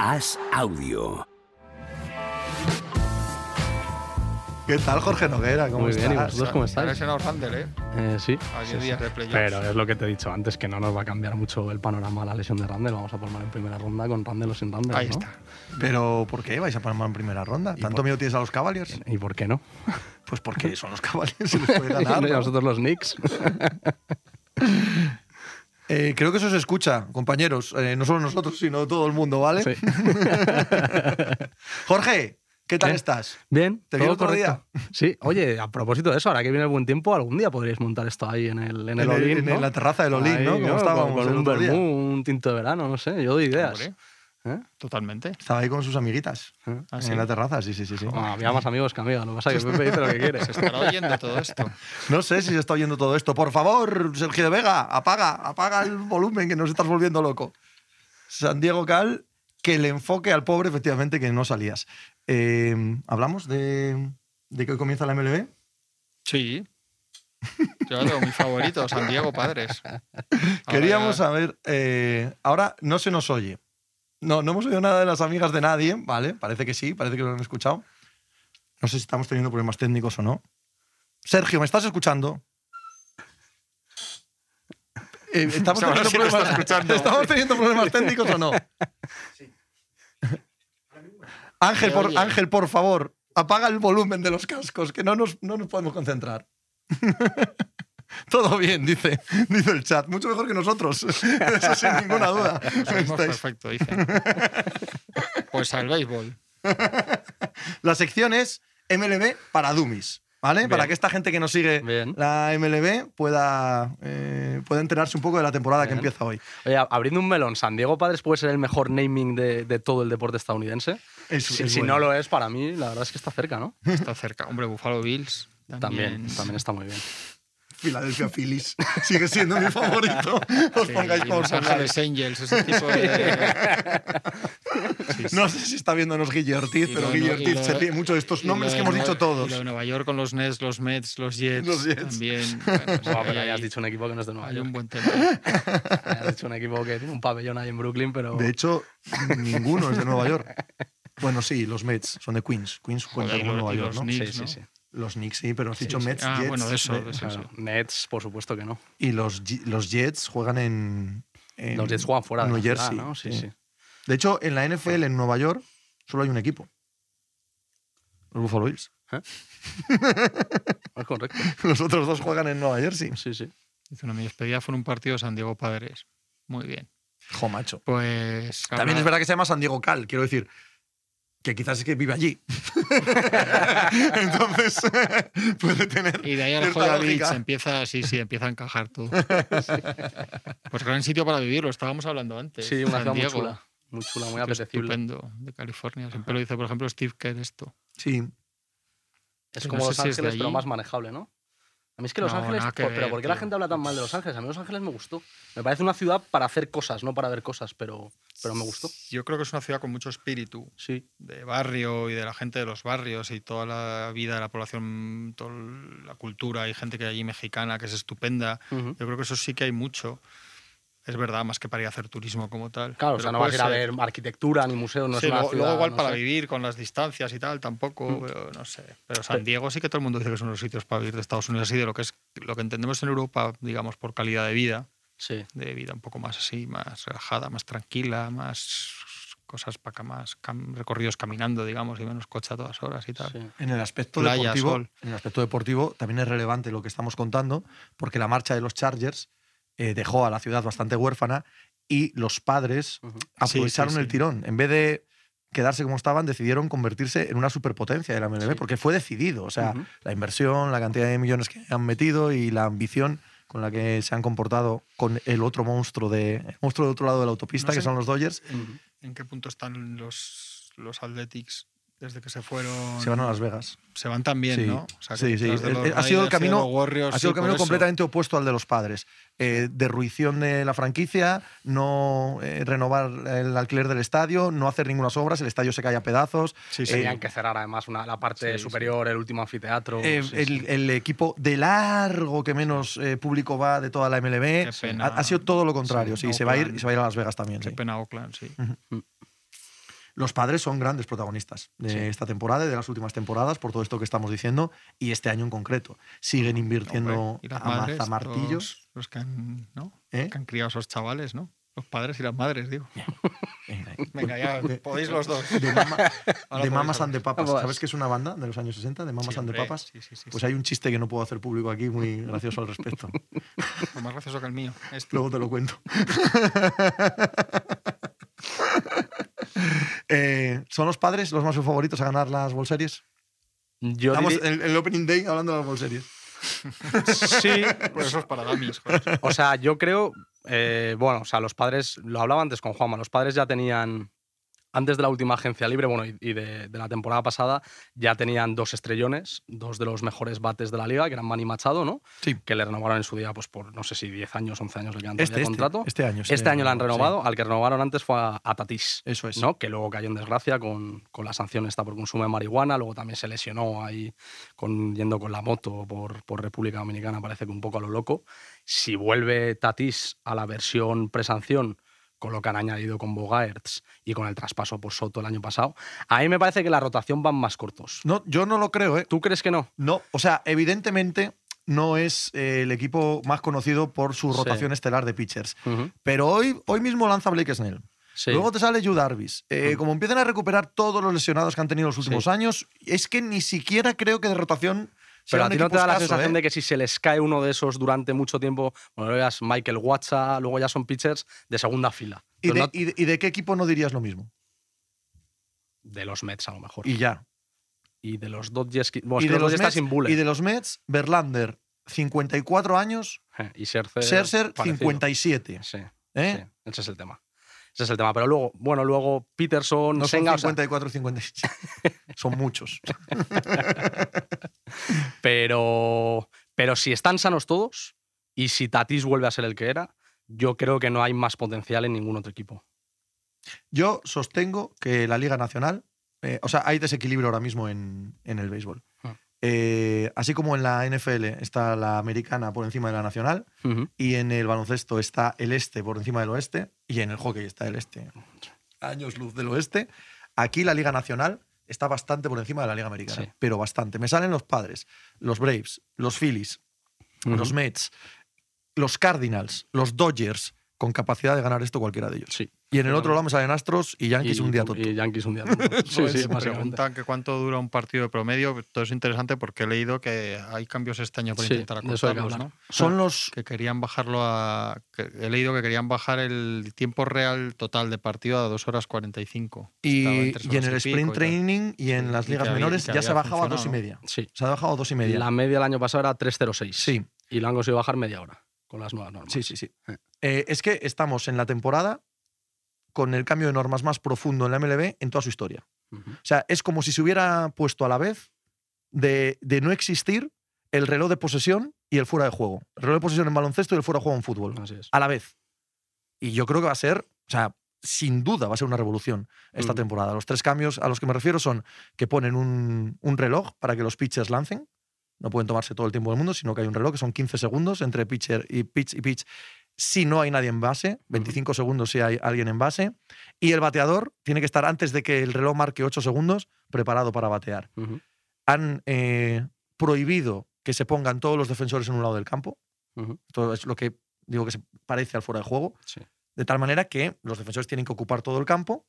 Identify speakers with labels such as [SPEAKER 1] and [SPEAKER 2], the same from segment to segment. [SPEAKER 1] As Audio.
[SPEAKER 2] ¿Qué tal, Jorge Noguera? ¿Cómo
[SPEAKER 3] Muy bien, ¿y
[SPEAKER 2] estás?
[SPEAKER 3] vosotros cómo
[SPEAKER 4] Se ha
[SPEAKER 3] estáis?
[SPEAKER 4] lesionado Randall, ¿eh?
[SPEAKER 3] Eh, sí.
[SPEAKER 4] Ayer
[SPEAKER 3] sí,
[SPEAKER 4] día
[SPEAKER 3] sí.
[SPEAKER 4] de playoffs.
[SPEAKER 3] Pero es lo que te he dicho antes, que no nos va a cambiar mucho el panorama la lesión de Randall. Vamos a formar en primera ronda con Randall o sin Randall.
[SPEAKER 4] Ahí
[SPEAKER 3] ¿no?
[SPEAKER 4] está.
[SPEAKER 2] Pero ¿por qué vais a Panamá en primera ronda? ¿Tanto miedo tienes a los Cavaliers?
[SPEAKER 3] ¿Y por qué no?
[SPEAKER 2] Pues porque son los Cavaliers y les puede ganar.
[SPEAKER 3] Y
[SPEAKER 2] ¿no?
[SPEAKER 3] nosotros los Knicks.
[SPEAKER 2] Eh, creo que eso se escucha, compañeros. Eh, no solo nosotros, sino todo el mundo, ¿vale?
[SPEAKER 3] Sí.
[SPEAKER 2] Jorge, ¿qué tal
[SPEAKER 3] ¿Eh?
[SPEAKER 2] estás?
[SPEAKER 3] Bien,
[SPEAKER 2] ¿Te vi
[SPEAKER 3] todo
[SPEAKER 2] el otro
[SPEAKER 3] correcto. Sí, oye, a propósito de eso, ahora que viene el buen tiempo, algún día podríais montar esto ahí en el en el Olin,
[SPEAKER 2] en
[SPEAKER 3] ¿no?
[SPEAKER 2] la terraza del Olin,
[SPEAKER 3] Ahí,
[SPEAKER 2] ¿no? Como estábamos
[SPEAKER 3] con, con
[SPEAKER 2] el
[SPEAKER 3] un
[SPEAKER 2] otro día.
[SPEAKER 3] vermú, un tinto de verano, no sé, yo doy ideas.
[SPEAKER 4] Hombre,
[SPEAKER 3] ¿Eh?
[SPEAKER 4] Totalmente.
[SPEAKER 2] Estaba ahí con sus amiguitas
[SPEAKER 3] ¿Eh?
[SPEAKER 4] Ah,
[SPEAKER 2] en
[SPEAKER 4] sí.
[SPEAKER 2] la terraza, sí, sí, sí. sí.
[SPEAKER 3] Ah, había más amigos que amigos, lo que pasa es que Pepe dice lo que quiere.
[SPEAKER 4] Se estará oyendo todo esto.
[SPEAKER 2] No sé si se está oyendo todo esto. Por favor, Sergio de Vega, apaga, apaga el volumen que nos estás volviendo loco. San Diego Cal, que le enfoque al pobre, efectivamente, que no salías. Eh, ¿Hablamos de, de que hoy comienza la MLB?
[SPEAKER 4] Sí. Yo tengo mi favorito, San Diego Padres. Ahora
[SPEAKER 2] Queríamos
[SPEAKER 4] ya-
[SPEAKER 2] saber, eh, ahora no se nos oye. No, no hemos oído nada de las amigas de nadie, ¿vale? Parece que sí, parece que lo han escuchado. No sé si estamos teniendo problemas técnicos o no. Sergio, ¿me estás escuchando? Eh, ¿Estamos,
[SPEAKER 4] Se va a
[SPEAKER 2] teniendo
[SPEAKER 4] ver si nos
[SPEAKER 2] problemas,
[SPEAKER 4] está escuchando.
[SPEAKER 2] ¿Estamos teniendo problemas técnicos o no? Ángel,
[SPEAKER 4] Se
[SPEAKER 2] por,
[SPEAKER 4] oye.
[SPEAKER 2] Ángel, por favor, apaga el volumen de los cascos, que no nos, no nos podemos concentrar. Todo bien, dice, dice el chat. Mucho mejor que nosotros. Eso sin ninguna duda.
[SPEAKER 4] Nos oímos
[SPEAKER 2] Estáis-
[SPEAKER 4] perfecto, dice. Pues al béisbol.
[SPEAKER 2] La sección es MLB para dummies. ¿Vale?
[SPEAKER 3] Bien.
[SPEAKER 2] Para que esta gente que nos sigue
[SPEAKER 3] Bien.
[SPEAKER 2] la MLB pueda, eh, pueda enterarse un poco de la temporada
[SPEAKER 3] Bien.
[SPEAKER 2] que empieza hoy.
[SPEAKER 3] Oye, abriendo un melón, ¿San Diego Padres puede ser el mejor naming de, de todo el deporte estadounidense?
[SPEAKER 2] Es-
[SPEAKER 3] si
[SPEAKER 2] es
[SPEAKER 3] si
[SPEAKER 2] bueno.
[SPEAKER 3] no lo es, para mí, la verdad es que está cerca, ¿no?
[SPEAKER 4] Está cerca. Hombre, Buffalo Bills.
[SPEAKER 3] También, también está muy bien.
[SPEAKER 2] Philadelphia Phillies sigue siendo mi favorito. Os
[SPEAKER 4] Sí,
[SPEAKER 2] pongáis
[SPEAKER 4] y
[SPEAKER 2] como os
[SPEAKER 4] Los
[SPEAKER 2] pongáis.
[SPEAKER 4] Ángeles Angels, ese tipo de.
[SPEAKER 2] No sé si está viéndonos Guille Ortiz,
[SPEAKER 4] Y
[SPEAKER 2] pero
[SPEAKER 4] lo-
[SPEAKER 2] Guille
[SPEAKER 4] y
[SPEAKER 2] Ortiz
[SPEAKER 4] lo-
[SPEAKER 2] se ríe mucho de estos
[SPEAKER 4] y
[SPEAKER 2] nombres que
[SPEAKER 4] lo de
[SPEAKER 2] hemos
[SPEAKER 4] Nue-
[SPEAKER 2] dicho
[SPEAKER 4] y Lo de
[SPEAKER 2] todos.
[SPEAKER 4] Nueva York con los Nets, los Mets, los Jets.
[SPEAKER 2] Los Jets.
[SPEAKER 4] También. Bueno, o sea,
[SPEAKER 3] No, pero
[SPEAKER 4] hay-
[SPEAKER 3] ya has dicho un equipo que no es de Nueva
[SPEAKER 4] hay un
[SPEAKER 3] York.
[SPEAKER 4] buen tema. ¿eh?
[SPEAKER 3] Has dicho un equipo que tiene un pabellón ahí en Brooklyn, pero...
[SPEAKER 2] De hecho, ninguno es de Nueva York. Bueno, sí, los Mets son de Queens. Queens cuenta
[SPEAKER 4] Joder, y
[SPEAKER 2] con
[SPEAKER 4] los-
[SPEAKER 2] Nueva
[SPEAKER 4] y
[SPEAKER 2] York,
[SPEAKER 4] los
[SPEAKER 2] ¿no?
[SPEAKER 4] Knicks.
[SPEAKER 3] sí,
[SPEAKER 4] ¿no?
[SPEAKER 3] sí, sí.
[SPEAKER 2] Los Knicks, sí, pero has dicho
[SPEAKER 4] sí.
[SPEAKER 2] Mets,
[SPEAKER 4] Ah,
[SPEAKER 2] Jets.
[SPEAKER 4] bueno, eso,
[SPEAKER 2] Mets.
[SPEAKER 4] eso.
[SPEAKER 3] Claro, Nets, por supuesto que no.
[SPEAKER 2] Y los, Ye- los Jets juegan en, en
[SPEAKER 3] Los Jets juegan fuera de
[SPEAKER 2] New
[SPEAKER 3] la ciudad,
[SPEAKER 2] Jersey.
[SPEAKER 3] ¿no? Sí,
[SPEAKER 2] sí.
[SPEAKER 3] sí.
[SPEAKER 2] De hecho, en la NFL en Nueva York solo hay un equipo. Los Buffalo Bills.
[SPEAKER 3] Es correcto.
[SPEAKER 2] Los otros dos juegan en Nueva Jersey.
[SPEAKER 3] Sí, sí.
[SPEAKER 4] Dice, no, mi despedida fue en un partido de San Diego Padres. Muy bien.
[SPEAKER 2] Jo, macho.
[SPEAKER 4] Pues.
[SPEAKER 2] También
[SPEAKER 4] habla-
[SPEAKER 2] es verdad que se llama San Diego Cal, quiero decir. Que quizás es que vive allí. Entonces, puede tener.
[SPEAKER 4] Y de ahí al
[SPEAKER 2] cierta
[SPEAKER 4] Joya
[SPEAKER 2] lógica.
[SPEAKER 4] Beach empieza, sí, sí, empieza a encajar todo. Pues gran sitio para vivir, lo estábamos hablando antes.
[SPEAKER 3] Sí, una
[SPEAKER 4] San
[SPEAKER 3] ciudad muy
[SPEAKER 4] Diego,
[SPEAKER 3] chula. Muy chula, muy
[SPEAKER 4] sitio
[SPEAKER 3] apetecible.
[SPEAKER 4] Estupendo, de California. Siempre lo dice, por ejemplo, Steve Kerr esto.
[SPEAKER 2] Sí.
[SPEAKER 3] Es
[SPEAKER 4] No
[SPEAKER 3] como
[SPEAKER 4] sé
[SPEAKER 3] Los
[SPEAKER 4] si es de
[SPEAKER 3] Ángeles, pero
[SPEAKER 4] allí.
[SPEAKER 3] más manejable, ¿no? A mí es que Los
[SPEAKER 4] No,
[SPEAKER 3] Ángeles...
[SPEAKER 4] nada que
[SPEAKER 3] por- pero
[SPEAKER 4] ver,
[SPEAKER 3] ¿por qué la
[SPEAKER 4] tío.
[SPEAKER 3] gente habla tan mal de Los Ángeles? A mí Los Ángeles me gustó. Me parece una ciudad para hacer cosas, no para ver cosas, pero, pero me gustó.
[SPEAKER 4] Yo creo que es una ciudad con mucho espíritu
[SPEAKER 3] Sí.
[SPEAKER 4] de barrio y de la gente de los barrios y toda la vida de la población, toda la cultura. Hay gente que hay allí mexicana que es estupenda.
[SPEAKER 3] Ujú.
[SPEAKER 4] Yo creo que eso sí que hay mucho. Es verdad, más que para ir a hacer turismo como tal.
[SPEAKER 3] Claro, o
[SPEAKER 4] Pero
[SPEAKER 3] sea, no
[SPEAKER 4] puede
[SPEAKER 3] vas a ir a
[SPEAKER 4] ser.
[SPEAKER 3] ver arquitectura ni museo, no
[SPEAKER 4] Sí,
[SPEAKER 3] es una
[SPEAKER 4] luego,
[SPEAKER 3] ciudad,
[SPEAKER 4] luego igual
[SPEAKER 3] no
[SPEAKER 4] para
[SPEAKER 3] sé. Mm.
[SPEAKER 4] vivir con las distancias y tal tampoco, pero no sé. Pero San Diego sí que todo el mundo dice que es uno de los sitios para vivir de Estados Unidos así de lo que es lo que entendemos en Europa, digamos por calidad de vida,
[SPEAKER 3] Sí.
[SPEAKER 4] de vida un poco más así, más relajada, más tranquila, más cosas para acá, más cam- recorridos caminando, digamos, y menos coche a todas horas y tal.
[SPEAKER 3] sí.
[SPEAKER 2] En el aspecto
[SPEAKER 4] Playa,
[SPEAKER 2] deportivo,
[SPEAKER 4] sol.
[SPEAKER 2] en el aspecto deportivo también es relevante lo que estamos contando, porque la marcha de los Chargers eh, dejó a la ciudad bastante huérfana y los padres
[SPEAKER 3] Ujú.
[SPEAKER 2] aprovecharon
[SPEAKER 4] Sí, sí,
[SPEAKER 2] el
[SPEAKER 4] sí.
[SPEAKER 2] tirón. En vez de quedarse como estaban, decidieron convertirse en una superpotencia de la MLB,
[SPEAKER 3] Sí.
[SPEAKER 2] porque fue decidido. O sea,
[SPEAKER 3] Ujú.
[SPEAKER 2] la inversión, la cantidad de millones que han metido y la ambición con la que se han comportado con el otro monstruo de el monstruo del otro lado de la autopista,
[SPEAKER 4] No
[SPEAKER 2] que
[SPEAKER 4] sé.
[SPEAKER 2] son los Dodgers,
[SPEAKER 3] Ujú.
[SPEAKER 4] ¿En qué punto están los los Athletics desde que se fueron?
[SPEAKER 2] se van a Las Vegas.
[SPEAKER 4] se van también,
[SPEAKER 2] Sí,
[SPEAKER 4] ¿no? O sea, que
[SPEAKER 2] sí, sí.
[SPEAKER 4] los de
[SPEAKER 2] El-
[SPEAKER 4] los
[SPEAKER 2] el- ha sido el
[SPEAKER 4] Raiders y de
[SPEAKER 2] camino-
[SPEAKER 4] los Warriors,
[SPEAKER 2] Ha sido
[SPEAKER 4] sí,
[SPEAKER 2] el camino
[SPEAKER 4] por eso.
[SPEAKER 2] completamente opuesto al de los padres. Eh, derruición de la franquicia, no eh, renovar el alquiler del estadio, no hacer ninguna obras, el estadio se cae a pedazos.
[SPEAKER 4] Sí, sí.
[SPEAKER 3] Tenían que cerrar además una- la parte
[SPEAKER 4] Sí, sí.
[SPEAKER 3] superior, el último
[SPEAKER 4] Oh,
[SPEAKER 3] anfiteatro.
[SPEAKER 2] Eh,
[SPEAKER 3] sí, sí.
[SPEAKER 2] el, el equipo de largo que menos eh, público va de toda la MLB
[SPEAKER 4] Qué pena.
[SPEAKER 2] ha, ha sido todo lo contrario.
[SPEAKER 4] Sí,
[SPEAKER 2] Sí, se, va a ir,
[SPEAKER 4] Oakland.
[SPEAKER 2] se va a ir a Las Vegas también.
[SPEAKER 4] Qué
[SPEAKER 2] sí.
[SPEAKER 4] pena Oakland, sí.
[SPEAKER 2] Los padres son grandes protagonistas de
[SPEAKER 3] Sí.
[SPEAKER 2] esta temporada y de las últimas temporadas, por todo esto que estamos diciendo, y este año en concreto. Siguen invirtiendo
[SPEAKER 4] Hombre, y las
[SPEAKER 2] a
[SPEAKER 4] madres,
[SPEAKER 2] mazamartillos.
[SPEAKER 4] Los, los que, han, ¿no?
[SPEAKER 2] ¿Eh?
[SPEAKER 4] que han criado a esos chavales, ¿no? Los padres y las madres, digo.
[SPEAKER 2] Venga,
[SPEAKER 4] Venga, ya podéis los dos.
[SPEAKER 2] De, mama-
[SPEAKER 4] Ahora
[SPEAKER 2] de
[SPEAKER 4] podéis
[SPEAKER 2] Mamas
[SPEAKER 4] hablar.
[SPEAKER 2] and the Papas.
[SPEAKER 3] Vamos.
[SPEAKER 2] ¿Sabes que es una banda de los años 60? De Mamas
[SPEAKER 4] Sí,
[SPEAKER 2] and the
[SPEAKER 4] hombre,
[SPEAKER 2] Papas.
[SPEAKER 4] sí, sí, sí,
[SPEAKER 2] Pues
[SPEAKER 4] sí.
[SPEAKER 2] hay un chiste que no puedo hacer público aquí, muy gracioso al respecto.
[SPEAKER 4] Lo más gracioso que el mío. Este.
[SPEAKER 2] Luego te lo cuento. Eh, ¿Son los padres los más favoritos a ganar las World Series?
[SPEAKER 3] Yo
[SPEAKER 2] Estamos
[SPEAKER 3] diría-
[SPEAKER 2] en el opening day hablando de las World Series.
[SPEAKER 3] sí,
[SPEAKER 4] Pues eso es para dummies, joder.
[SPEAKER 3] o sea, yo creo, eh, bueno, o sea, los padres, lo hablaba antes con Juanma, los padres ya tenían, antes de la última agencia libre, bueno, y, y de, de la temporada pasada, ya tenían dos estrellones, dos de los mejores bates de la liga, que eran Manny Machado, ¿no?
[SPEAKER 2] Sí.
[SPEAKER 3] Que le renovaron en su día, pues por, no sé si 10 años, 11 años le quedan todavía
[SPEAKER 2] Este,
[SPEAKER 3] de
[SPEAKER 2] este,
[SPEAKER 3] contrato.
[SPEAKER 2] este año.
[SPEAKER 3] Este, año lo han renovado, al que renovaron antes fue a, a Tatís.
[SPEAKER 2] Sí, eso es.
[SPEAKER 3] ¿no? que luego cayó en desgracia con, con la sanción esta por consumo de marihuana, luego también se lesionó ahí con, yendo con la moto por, por República Dominicana, parece que un poco a lo loco. Si vuelve Tatís a la versión presanción, con lo que han añadido con Bogaerts y con el traspaso por Soto el año pasado, a mí me parece que la rotación van más cortos.
[SPEAKER 2] No, yo no lo creo, ¿eh?
[SPEAKER 3] ¿Tú crees que no?
[SPEAKER 2] No, o sea, evidentemente no es eh, el equipo más conocido por su
[SPEAKER 3] Sí.
[SPEAKER 2] rotación estelar de pitchers.
[SPEAKER 3] Ujú.
[SPEAKER 2] Pero hoy, hoy mismo lanza Blake Snell.
[SPEAKER 3] Sí.
[SPEAKER 2] Luego te sale Yu Darvish. Eh,
[SPEAKER 3] Mm.
[SPEAKER 2] Como empiezan a recuperar todos los lesionados que han tenido los últimos
[SPEAKER 3] Sí.
[SPEAKER 2] años, es que ni siquiera creo que de rotación.
[SPEAKER 3] Pero a ti no te da la sensación
[SPEAKER 2] de
[SPEAKER 3] de que si se les cae uno de esos durante mucho tiempo, bueno, luego ya es Michael Wacha, luego ya son pitchers de segunda fila.
[SPEAKER 2] ¿Y de,
[SPEAKER 3] Entonces,
[SPEAKER 2] y de- y de qué equipo no dirías lo mismo?
[SPEAKER 3] no- de los Mets a lo mejor.
[SPEAKER 2] Y ya.
[SPEAKER 3] y de los Dodgers. que- Bueno, es Pues que
[SPEAKER 2] y, de
[SPEAKER 3] los
[SPEAKER 2] los
[SPEAKER 3] Dodgers
[SPEAKER 2] Mets,
[SPEAKER 3] está sin Buller.
[SPEAKER 2] y de los Mets, Verlander, 54 años,
[SPEAKER 3] Eh, y Scherzer.
[SPEAKER 2] Scherzer,
[SPEAKER 3] parecido.
[SPEAKER 2] 57.
[SPEAKER 3] Sí,
[SPEAKER 2] ¿eh?
[SPEAKER 3] sí, ese es el tema. Ese es el tema. Pero luego, bueno, luego Peterson,
[SPEAKER 2] No son
[SPEAKER 3] Senga, o sea,
[SPEAKER 2] 54 57. son muchos.
[SPEAKER 3] pero, pero si están sanos todos y si Tatis vuelve a ser el que era, yo creo que no hay más potencial en ningún otro equipo.
[SPEAKER 2] Yo sostengo que la Liga Nacional, eh, o sea, hay desequilibrio ahora mismo en, en el béisbol.
[SPEAKER 3] Ah.
[SPEAKER 2] Eh, así como en la NFL está la americana por encima de la nacional,
[SPEAKER 3] Ujú.
[SPEAKER 2] y en el baloncesto está el este por encima del oeste, y en el hockey está el este, años luz del oeste, aquí la Liga Nacional está bastante por encima de la Liga Americana,
[SPEAKER 3] Sí.
[SPEAKER 2] pero bastante. Me salen los padres, los Braves, los Phillies, los
[SPEAKER 3] Ujú.
[SPEAKER 2] Mets, los Cardinals, los Dodgers, con capacidad de ganar esto cualquiera de ellos.
[SPEAKER 3] Sí.
[SPEAKER 2] Y en el otro lado me salen Astros y Yankees
[SPEAKER 3] y,
[SPEAKER 2] un día tonto. Pues,
[SPEAKER 3] y Yankees un día tonto. sí, sí,
[SPEAKER 4] Se
[SPEAKER 3] básicamente.
[SPEAKER 4] preguntan que cuánto dura un partido de promedio. Todo es interesante porque he leído que hay cambios este año para
[SPEAKER 3] Sí,
[SPEAKER 4] intentar
[SPEAKER 3] de eso hay que
[SPEAKER 4] acortarlos,
[SPEAKER 3] hablar.
[SPEAKER 4] ¿no?
[SPEAKER 2] Son los.
[SPEAKER 4] Que querían bajarlo a. que he leído que querían bajar el tiempo real total de partido a 2 horas 45. Estaba
[SPEAKER 2] Y,
[SPEAKER 4] tres
[SPEAKER 2] y en
[SPEAKER 4] horas
[SPEAKER 2] el
[SPEAKER 4] pico
[SPEAKER 2] sprint
[SPEAKER 4] y tal.
[SPEAKER 2] training y en
[SPEAKER 4] Sí,
[SPEAKER 2] las
[SPEAKER 4] y
[SPEAKER 2] ligas
[SPEAKER 4] que había-
[SPEAKER 2] menores
[SPEAKER 4] y que
[SPEAKER 2] ya se
[SPEAKER 4] había
[SPEAKER 2] bajaba a dos y
[SPEAKER 4] funcionado,
[SPEAKER 2] media.
[SPEAKER 3] Sí.
[SPEAKER 2] Se ha bajado a dos y media.
[SPEAKER 3] La media el año pasado era 3.06
[SPEAKER 2] Sí,
[SPEAKER 3] y lo han conseguido bajar media hora con las nuevas normas.
[SPEAKER 2] sí, sí. sí.
[SPEAKER 3] Eh.
[SPEAKER 2] Eh, es que estamos en la temporada con el cambio de normas más profundo en la MLB en toda su historia.
[SPEAKER 3] Ujú.
[SPEAKER 2] O sea, es como si se hubiera puesto a la vez de, de no existir el reloj de posesión y el fuera de juego. El reloj de posesión en baloncesto y el fuera de juego en fútbol.
[SPEAKER 3] Así es.
[SPEAKER 2] a la vez. Y yo creo que va a ser, o sea, sin duda va a ser una revolución esta
[SPEAKER 3] Mm.
[SPEAKER 2] temporada. Los tres cambios a los que me refiero son que ponen un, un reloj para que los pitchers lancen. No pueden tomarse todo el tiempo del mundo, sino que hay un reloj que son 15 segundos entre pitcher y pitch y pitch. Si no hay nadie en base, 25 segundos si hay alguien en base. Y el bateador tiene que estar antes de que el reloj marque 8 segundos preparado para batear
[SPEAKER 3] Ujú,
[SPEAKER 2] han eh, prohibido que se pongan todos los defensores en un lado del campo.
[SPEAKER 3] Ujú.
[SPEAKER 2] Esto es lo que digo que se parece al fuera de juego.
[SPEAKER 3] sí.
[SPEAKER 2] De tal manera que los defensores tienen que ocupar todo el campo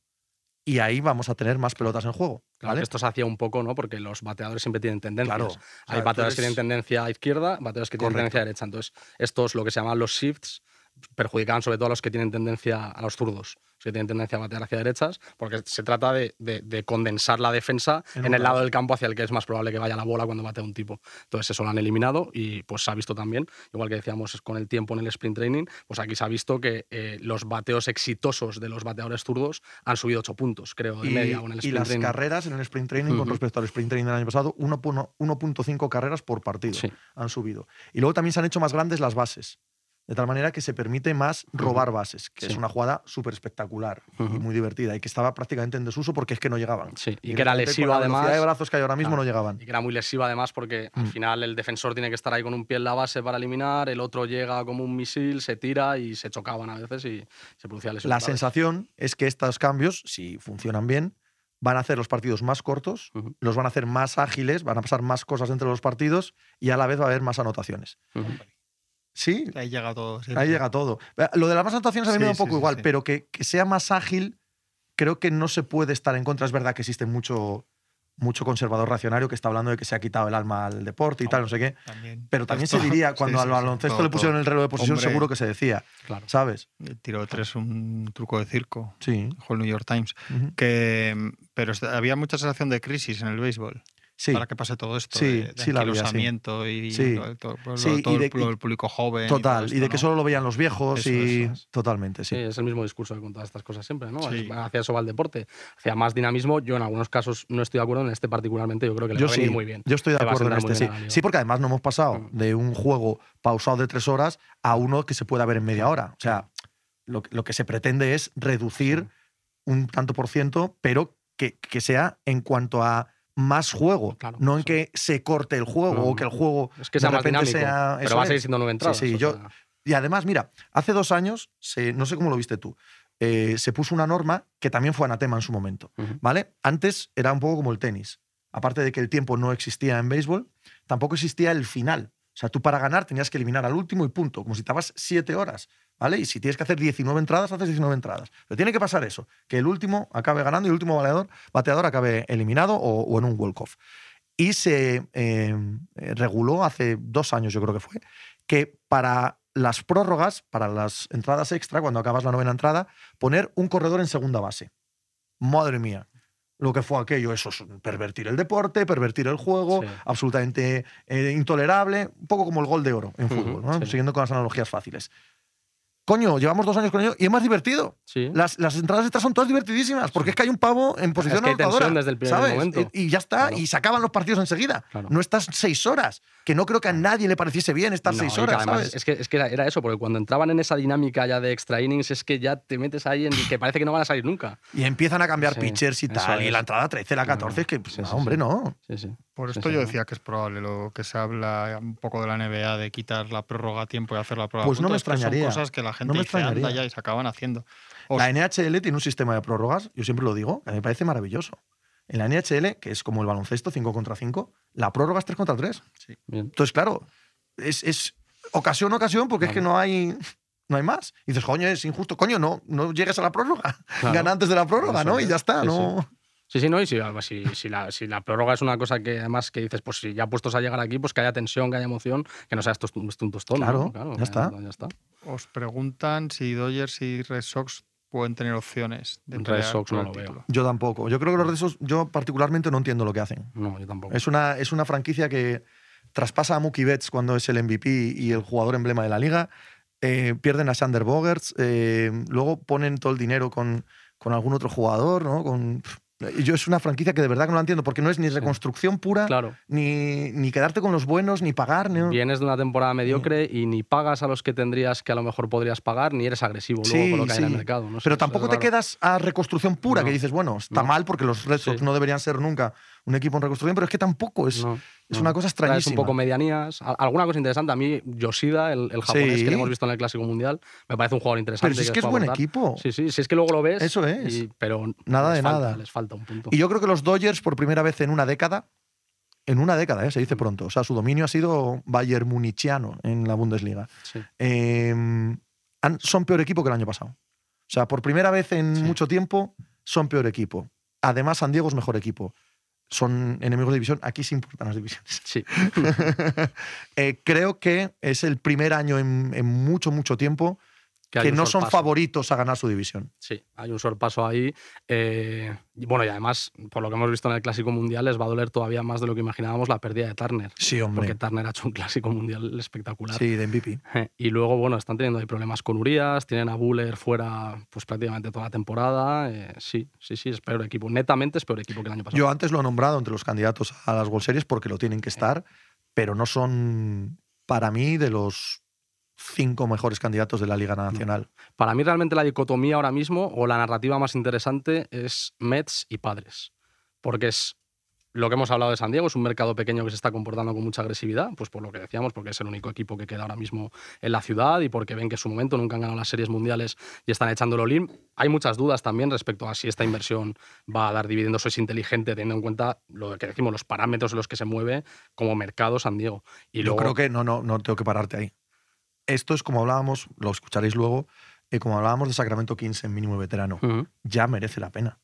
[SPEAKER 2] y ahí vamos a tener más pelotas en juego.
[SPEAKER 3] Claro,
[SPEAKER 2] ¿vale?
[SPEAKER 3] que esto se hacía un poco, ¿no? Porque los bateadores siempre tienen tendencias.
[SPEAKER 2] Claro.
[SPEAKER 3] Hay
[SPEAKER 2] sea, tú
[SPEAKER 3] bateadores que
[SPEAKER 2] eres-
[SPEAKER 3] tienen tendencia a izquierda, bateadores que tienen
[SPEAKER 2] Correcto.
[SPEAKER 3] tendencia a derecha. Entonces, estos, lo que se llaman los shifts, perjudicaban sobre todo a los que tienen tendencia a los zurdos, los que tienen tendencia a batear hacia derechas, porque se trata de, de- de condensar la defensa
[SPEAKER 2] En
[SPEAKER 3] en,
[SPEAKER 2] un
[SPEAKER 3] el
[SPEAKER 2] lado.
[SPEAKER 3] lado del campo hacia el que es más probable que vaya la bola cuando batea un tipo. Entonces, eso lo han eliminado y pues se ha visto también, igual que decíamos con el tiempo en el sprint training, pues aquí se ha visto que eh, los bateos exitosos de los bateadores zurdos han subido 8 puntos, creo, de
[SPEAKER 2] Y,
[SPEAKER 3] media o en el
[SPEAKER 2] y
[SPEAKER 3] sprint
[SPEAKER 2] las
[SPEAKER 3] training.
[SPEAKER 2] carreras en el sprint training con
[SPEAKER 3] Ujú.
[SPEAKER 2] respecto al sprint training del año pasado, 1.1 1.5 carreras por partido
[SPEAKER 3] Sí.
[SPEAKER 2] han subido. Y luego también se han hecho más grandes las bases. De tal manera que se permite más robar bases, que es
[SPEAKER 3] Sí.
[SPEAKER 2] una jugada súper espectacular y
[SPEAKER 3] Ujú.
[SPEAKER 2] muy divertida y que estaba prácticamente en desuso porque es que no llegaban.
[SPEAKER 3] Sí, y que era
[SPEAKER 2] Directamente con
[SPEAKER 3] lesivo
[SPEAKER 2] la velocidad de
[SPEAKER 3] además.
[SPEAKER 2] brazos que hay ahora mismo
[SPEAKER 3] Claro.
[SPEAKER 2] no llegaban.
[SPEAKER 3] Y que era muy lesiva además porque al
[SPEAKER 2] Mm.
[SPEAKER 3] final el defensor tiene que estar ahí con un pie en la base para eliminar, el otro llega como un misil, se tira y se chocaban a veces y se producía lesión.
[SPEAKER 2] La sensación es que estos cambios, si funcionan bien, van a hacer los partidos más cortos,
[SPEAKER 3] Ujú.
[SPEAKER 2] los van a hacer más ágiles, van a pasar más cosas entre los partidos y a la vez va a haber más anotaciones.
[SPEAKER 3] Ujú.
[SPEAKER 2] Sí,
[SPEAKER 4] Ahí llega todo. siempre.
[SPEAKER 2] ahí llega todo. Lo de las más anotaciones a mí
[SPEAKER 4] Sí,
[SPEAKER 2] me da un
[SPEAKER 4] sí,
[SPEAKER 2] poco
[SPEAKER 4] sí,
[SPEAKER 2] igual,
[SPEAKER 4] sí.
[SPEAKER 2] pero que, que sea más ágil creo que no se puede estar en contra. Es verdad que existe mucho, mucho conservador racionario que está hablando de que se ha quitado el alma al deporte y tal, no sé qué.
[SPEAKER 4] También.
[SPEAKER 2] Pero también
[SPEAKER 4] Esto-
[SPEAKER 2] se diría,
[SPEAKER 4] sí,
[SPEAKER 2] cuando
[SPEAKER 4] sí,
[SPEAKER 2] al
[SPEAKER 4] sí,
[SPEAKER 2] baloncesto
[SPEAKER 4] todo,
[SPEAKER 2] le pusieron
[SPEAKER 4] todo.
[SPEAKER 2] el reloj de posición,
[SPEAKER 4] Hombre.
[SPEAKER 2] seguro que se decía,
[SPEAKER 3] Claro.
[SPEAKER 2] ¿sabes?
[SPEAKER 4] El tiro de tres, un truco de circo,
[SPEAKER 2] Sí.
[SPEAKER 4] dijo el New York Times.
[SPEAKER 2] Ujú.
[SPEAKER 4] Que, mm, pero est- había mucha sensación de crisis en el béisbol
[SPEAKER 2] Sí.
[SPEAKER 4] para que pase todo esto.
[SPEAKER 2] Sí,
[SPEAKER 4] de, de
[SPEAKER 2] sí la había, sí.
[SPEAKER 4] anquilosamiento y
[SPEAKER 2] Sí.
[SPEAKER 4] lo- todo, pues,
[SPEAKER 2] Sí,
[SPEAKER 4] lo-
[SPEAKER 2] y
[SPEAKER 4] todo el
[SPEAKER 2] de-
[SPEAKER 4] pu- el público joven.
[SPEAKER 2] Total,
[SPEAKER 4] todo
[SPEAKER 2] y
[SPEAKER 4] esto,
[SPEAKER 2] de que
[SPEAKER 4] ¿no?
[SPEAKER 2] solo lo veían los viejos
[SPEAKER 4] Eso,
[SPEAKER 2] y
[SPEAKER 4] eso es.
[SPEAKER 2] totalmente,
[SPEAKER 3] Sí,
[SPEAKER 2] sí.
[SPEAKER 3] es el mismo discurso que con todas estas cosas siempre, ¿no?
[SPEAKER 4] Sí.
[SPEAKER 3] Hacia eso va el deporte, hacia más dinamismo. Yo en algunos casos no estoy de acuerdo, en este particularmente yo creo que le
[SPEAKER 2] Yo
[SPEAKER 3] va a
[SPEAKER 2] sí,
[SPEAKER 3] venir muy bien.
[SPEAKER 2] yo estoy de
[SPEAKER 3] Le va a
[SPEAKER 2] acuerdo en
[SPEAKER 3] sentar muy
[SPEAKER 2] este, sí.
[SPEAKER 3] bien Mm. a la liga.
[SPEAKER 2] Sí, porque además no hemos pasado de un juego pausado de tres horas a uno que se pueda ver en media hora. O sea, lo, que- lo que se pretende es reducir un tanto por ciento, pero que, que sea en cuanto a más juego,
[SPEAKER 3] Claro,
[SPEAKER 2] no en
[SPEAKER 3] eso.
[SPEAKER 2] que se corte el juego
[SPEAKER 3] No,
[SPEAKER 2] o que el juego
[SPEAKER 3] Es que
[SPEAKER 2] de
[SPEAKER 3] sea más
[SPEAKER 2] repente
[SPEAKER 3] dinámico,
[SPEAKER 2] sea...
[SPEAKER 3] pero
[SPEAKER 2] eso
[SPEAKER 3] va a
[SPEAKER 2] es.
[SPEAKER 3] seguir siendo nueve entradas.
[SPEAKER 2] sí,
[SPEAKER 3] o
[SPEAKER 2] yo-
[SPEAKER 3] sea,
[SPEAKER 2] Y además, mira, hace dos años, se- no sé cómo lo viste tú, eh, se puso una norma que también fue anatema en su momento.
[SPEAKER 3] Ujú.
[SPEAKER 2] ¿Vale? Antes era un poco como el tenis. Aparte de que el tiempo no existía en béisbol, tampoco existía el final. O sea, tú para ganar tenías que eliminar al último y punto, como si estabas siete horas. ¿Vale? Y si tienes que hacer 19 entradas, haces 19 entradas. Pero tiene que pasar eso, que el último acabe ganando y el último bateador, bateador acabe eliminado o, o en un walk-off. Y se eh, eh, reguló hace dos años, yo creo que fue, que para las prórrogas, para las entradas extra, cuando acabas la novena entrada, poner un corredor en segunda base. Madre mía, lo que fue aquello, eso es pervertir el deporte, pervertir el juego,
[SPEAKER 3] Sí.
[SPEAKER 2] absolutamente eh, intolerable, un poco como el gol de oro en
[SPEAKER 3] Ujú,
[SPEAKER 2] fútbol, ¿no?
[SPEAKER 3] sí.
[SPEAKER 2] siguiendo con las analogías fáciles. Coño, llevamos dos años con ello y es más divertido.
[SPEAKER 3] sí.
[SPEAKER 2] Las, las entradas estas son todas divertidísimas, porque es que hay un pavo en posición
[SPEAKER 3] que hay tensión
[SPEAKER 2] anotadora,
[SPEAKER 3] desde el primer
[SPEAKER 2] ¿sabes?
[SPEAKER 3] momento.
[SPEAKER 2] Y, y ya está,
[SPEAKER 3] Claro.
[SPEAKER 2] y se acaban los partidos enseguida.
[SPEAKER 3] Claro.
[SPEAKER 2] No estás seis horas, que no creo que a nadie le pareciese bien estar
[SPEAKER 3] No, y
[SPEAKER 2] seis
[SPEAKER 3] que
[SPEAKER 2] horas,
[SPEAKER 3] además
[SPEAKER 2] ¿sabes?
[SPEAKER 3] Es que, es que era, era eso, porque cuando entraban en esa dinámica ya de extra innings, es que ya te metes ahí en que parece que no van a salir nunca.
[SPEAKER 2] Y empiezan a cambiar
[SPEAKER 3] Sí,
[SPEAKER 2] pitchers y
[SPEAKER 3] eso
[SPEAKER 2] tal, y
[SPEAKER 3] es.
[SPEAKER 2] la entrada 13, la 14, es que,
[SPEAKER 3] Sí,
[SPEAKER 2] no,
[SPEAKER 3] sí,
[SPEAKER 2] hombre,
[SPEAKER 3] sí.
[SPEAKER 2] no.
[SPEAKER 3] Sí, sí.
[SPEAKER 4] Por
[SPEAKER 3] Sí,
[SPEAKER 4] esto
[SPEAKER 3] sí,
[SPEAKER 4] yo
[SPEAKER 3] ¿no?
[SPEAKER 4] decía que es probable lo que se habla un poco de la NBA de quitar la prórroga a tiempo y hacer la prórroga. a
[SPEAKER 2] Pues no
[SPEAKER 4] puntos,
[SPEAKER 2] me
[SPEAKER 4] es que
[SPEAKER 2] extrañaría.
[SPEAKER 4] Son cosas que la gente
[SPEAKER 2] me
[SPEAKER 4] dice, anda
[SPEAKER 2] extrañaría".
[SPEAKER 4] ya y se acaban haciendo. O
[SPEAKER 2] La NHL tiene un sistema de prórrogas, yo siempre lo digo, que a mí me parece maravilloso. En la NHL, que es como el baloncesto, 5 contra 5, la prórroga es 3 contra 3.
[SPEAKER 3] Bien.
[SPEAKER 2] Entonces, claro, es, es ocasión, ocasión, porque es que no hay, no hay más. Y dices, coño, es injusto. Coño, no, no llegues a la prórroga.
[SPEAKER 3] Claro.
[SPEAKER 2] Gana antes de la prórroga,
[SPEAKER 3] Eso
[SPEAKER 2] ¿no?
[SPEAKER 3] es.
[SPEAKER 2] Y ya está,
[SPEAKER 3] Sí,
[SPEAKER 2] ¿no?
[SPEAKER 3] Sí, sí, no, y si, si, si la, si la prórroga es una cosa que además que dices, pues si ya puestos a llegar aquí, pues que haya tensión, que haya emoción, que no sea estos un tostón. ¿no?
[SPEAKER 2] Claro, ya
[SPEAKER 3] que
[SPEAKER 2] está.
[SPEAKER 3] Ya está.
[SPEAKER 4] os preguntan si Dodgers y Red Sox pueden tener opciones de
[SPEAKER 3] Red
[SPEAKER 4] pelear
[SPEAKER 3] Sox
[SPEAKER 4] por
[SPEAKER 3] no
[SPEAKER 4] el
[SPEAKER 3] lo veo.
[SPEAKER 4] título.
[SPEAKER 2] Yo tampoco. Yo creo que los de esos, yo particularmente no entiendo lo que hacen.
[SPEAKER 3] No, yo tampoco.
[SPEAKER 2] Es una, es una franquicia que traspasa a Mookie Betts cuando es el MVP y el jugador emblema de la liga. Eh, pierden a Sander Bogerts. eh, luego ponen todo el dinero con, con algún otro jugador, ¿no? Con, y yo es una franquicia que de verdad que no la entiendo porque no es ni reconstrucción pura,
[SPEAKER 3] Claro.
[SPEAKER 2] ni, ni quedarte con los buenos, ni pagar. ni-
[SPEAKER 3] Vienes de una temporada mediocre y ni pagas a los que tendrías que a lo mejor podrías pagar, ni eres agresivo luego
[SPEAKER 2] Sí,
[SPEAKER 3] con lo que hay en
[SPEAKER 2] sí.
[SPEAKER 3] el mercado. No sé,
[SPEAKER 2] Pero
[SPEAKER 3] es-
[SPEAKER 2] tampoco
[SPEAKER 3] es
[SPEAKER 2] te
[SPEAKER 3] raro.
[SPEAKER 2] quedas a reconstrucción pura,
[SPEAKER 3] No.
[SPEAKER 2] que dices, bueno, está
[SPEAKER 3] No.
[SPEAKER 2] mal porque los Red Sox
[SPEAKER 3] Sí.
[SPEAKER 2] no deberían ser nunca un equipo en reconstrucción, pero es que tampoco es,
[SPEAKER 3] No,
[SPEAKER 2] es
[SPEAKER 3] no.
[SPEAKER 2] una cosa
[SPEAKER 3] Traes
[SPEAKER 2] extrañísima.
[SPEAKER 3] un poco medianías. A- Alguna cosa interesante. A mí, Yoshida, el, el japonés
[SPEAKER 2] Sí.
[SPEAKER 3] que le hemos visto en el Clásico Mundial, me parece un jugador interesante.
[SPEAKER 2] pero si es que es
[SPEAKER 3] pueda
[SPEAKER 2] buen
[SPEAKER 3] aportar.
[SPEAKER 2] equipo.
[SPEAKER 3] Sí, sí, si es que luego lo ves.
[SPEAKER 2] Eso es.
[SPEAKER 3] y- pero
[SPEAKER 2] Nada
[SPEAKER 3] les
[SPEAKER 2] de
[SPEAKER 3] falta,
[SPEAKER 2] nada.
[SPEAKER 3] Les falta un punto.
[SPEAKER 2] Y yo creo que los Dodgers, por primera vez en una década, en una década, ¿eh? se
[SPEAKER 3] Mm.
[SPEAKER 2] dice pronto, o sea, su dominio ha sido Bayern Munichiano en la Bundesliga.
[SPEAKER 3] Sí.
[SPEAKER 2] Eh, han- son peor equipo que el año pasado. O sea, por primera vez en
[SPEAKER 4] Sí.
[SPEAKER 2] mucho tiempo, son peor equipo. Además, San Diego es mejor equipo. Son enemigos de división. Aquí se importan las divisiones.
[SPEAKER 3] Sí.
[SPEAKER 2] Eh, creo que es el primer año en, en mucho, mucho tiempo
[SPEAKER 3] hay
[SPEAKER 2] que
[SPEAKER 3] un
[SPEAKER 2] no son
[SPEAKER 3] sorpaso.
[SPEAKER 2] favoritos a ganar su división.
[SPEAKER 3] Sí, hay un sorpaso ahí. eh, y bueno, y además, por lo que hemos visto en el Clásico Mundial, les va a doler todavía más de lo que imaginábamos la pérdida de Turner.
[SPEAKER 2] Sí,
[SPEAKER 3] Porque Turner ha hecho un Clásico Mundial espectacular.
[SPEAKER 2] Sí, de MVP.
[SPEAKER 3] Y luego, bueno, están teniendo ahí problemas con Urias, tienen a Buller fuera pues prácticamente toda la temporada. eh, sí, sí, sí, es peor equipo. Netamente es peor equipo que el año pasado.
[SPEAKER 2] Yo antes lo he nombrado entre los candidatos a las World Series porque lo tienen que estar, pero no son para mí de los cinco mejores candidatos de la Liga Nacional.
[SPEAKER 3] Para mí realmente la dicotomía ahora mismo o la narrativa más interesante es Mets y Padres. Porque es lo que hemos hablado de San Diego es un mercado pequeño que se está comportando con mucha agresividad, pues por lo que decíamos, porque es el único equipo que queda ahora mismo en la ciudad y porque ven que en su momento nunca han ganado las series mundiales y están echándolo lim. Hay muchas dudas también respecto a si esta inversión va a dar dividendos o es inteligente, teniendo en cuenta lo que decimos, los parámetros en los que se mueve como mercado San Diego. Y
[SPEAKER 2] Yo
[SPEAKER 3] luego,
[SPEAKER 2] creo que no, no, no tengo que pararte ahí. Esto es como hablábamos, lo escucharéis luego, eh, como hablábamos de Sacramento 15 en mínimo veterano.
[SPEAKER 3] Ujú.
[SPEAKER 2] Ya merece la pena.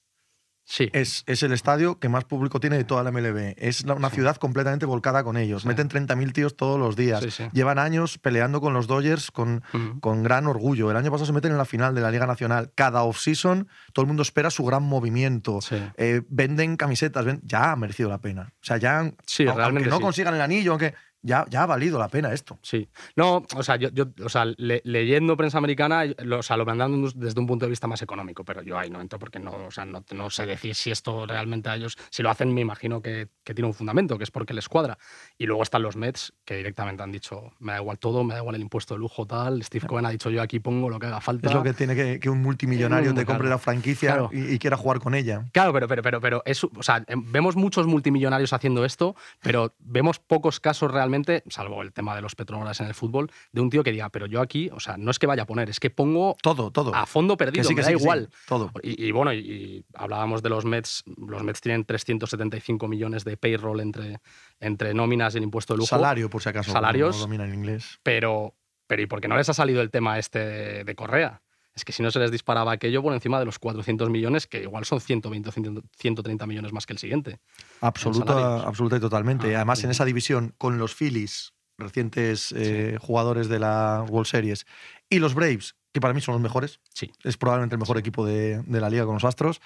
[SPEAKER 3] Sí,
[SPEAKER 2] Es, es el estadio que más público tiene de toda la MLB. Es la- una ciudad completamente volcada con ellos.
[SPEAKER 3] Sí.
[SPEAKER 2] Meten 30.000 tíos todos los días.
[SPEAKER 3] Sí, sí.
[SPEAKER 2] Llevan años peleando con los Dodgers con,
[SPEAKER 3] Ujú.
[SPEAKER 2] con gran orgullo. El año pasado se meten en la final de la Liga Nacional. Cada offseason todo el mundo espera su gran movimiento.
[SPEAKER 3] Sí.
[SPEAKER 2] Eh, venden camisetas. ven- Ya ha merecido la pena. O sea, ya. han-
[SPEAKER 3] Sí,
[SPEAKER 2] au-
[SPEAKER 3] realmente
[SPEAKER 2] aunque no
[SPEAKER 3] sí.
[SPEAKER 2] consigan el anillo, aunque. Ya, ya ha valido la pena esto.
[SPEAKER 3] Sí. No, o sea, yo, yo- o sea, le- leyendo prensa americana, lo, o sea, lo mandan desde un punto de vista más económico, pero yo ahí no entro porque no, o sea, no, no sé decir si esto realmente a ellos, si lo hacen, me imagino que, que tiene un fundamento, que es porque les cuadra. Y luego están los Mets, que directamente han dicho, me da igual todo, me da igual el impuesto de lujo, tal. Steve Cohen ha dicho, yo aquí pongo lo que haga falta.
[SPEAKER 2] Es lo que tiene que, que un multimillonario te compre
[SPEAKER 3] Claro.
[SPEAKER 2] la franquicia
[SPEAKER 3] Claro.
[SPEAKER 2] y, y quiera jugar con ella.
[SPEAKER 3] Claro, pero, pero, pero, pero es, o sea, em, vemos muchos multimillonarios haciendo esto, pero vemos pocos casos realmente, salvo el tema de los petróleos en el fútbol, de un tío que diga, pero yo aquí, o sea, no es que vaya a poner, es que pongo
[SPEAKER 2] Todo, todo.
[SPEAKER 3] a fondo perdido, me da igual.
[SPEAKER 2] todo.
[SPEAKER 3] Y, y bueno, y, y hablábamos de los Mets, los Mets tienen 375 millones de payroll entre, entre nóminas y el impuesto de lujo.
[SPEAKER 2] Salario, por si acaso. como
[SPEAKER 3] Salarios.
[SPEAKER 2] No domina en inglés.
[SPEAKER 3] Pero, pero ¿y por qué no les ha salido el tema este de, de Correa? Es que si no se les disparaba aquello por encima de los 400 millones, que igual son 120 o 130 millones más que el siguiente.
[SPEAKER 2] Absoluta,
[SPEAKER 3] salarios.
[SPEAKER 2] absoluta y totalmente.
[SPEAKER 3] Ah,
[SPEAKER 2] Y Además, en
[SPEAKER 3] bien.
[SPEAKER 2] esa división con los Phillies, recientes eh, jugadores de la World Series, y los Braves, que para mí son los mejores,
[SPEAKER 3] Sí.
[SPEAKER 2] es probablemente el mejor equipo de, de la liga con los Astros,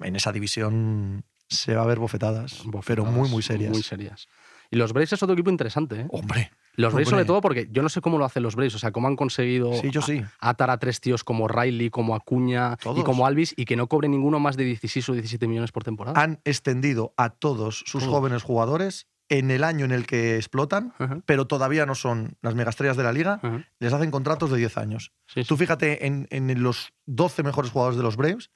[SPEAKER 2] en esa división se va a ver bofetadas, pero muy, muy serias.
[SPEAKER 3] Muy serias. Y los Braves es otro equipo interesante. ¿eh?
[SPEAKER 2] Hombre,
[SPEAKER 3] Los Braves,
[SPEAKER 2] hombre.
[SPEAKER 3] sobre todo, porque yo no sé cómo lo hacen los Braves. O sea, cómo han conseguido
[SPEAKER 2] Sí, yo
[SPEAKER 3] a-
[SPEAKER 2] sí.
[SPEAKER 3] atar a tres tíos como Riley, como Acuña y
[SPEAKER 2] Todos.
[SPEAKER 3] como Alvis y que no cobre ninguno más de 16 o 17 millones por temporada.
[SPEAKER 2] han extendido a todos sus
[SPEAKER 3] Todos.
[SPEAKER 2] jóvenes jugadores en el año en el que explotan,
[SPEAKER 3] Ajá,
[SPEAKER 2] pero todavía no son las megastrellas de la liga,
[SPEAKER 3] ajá.
[SPEAKER 2] les hacen contratos de 10 años.
[SPEAKER 3] Sí, sí.
[SPEAKER 2] Tú fíjate en, en los 12 mejores jugadores de los Braves,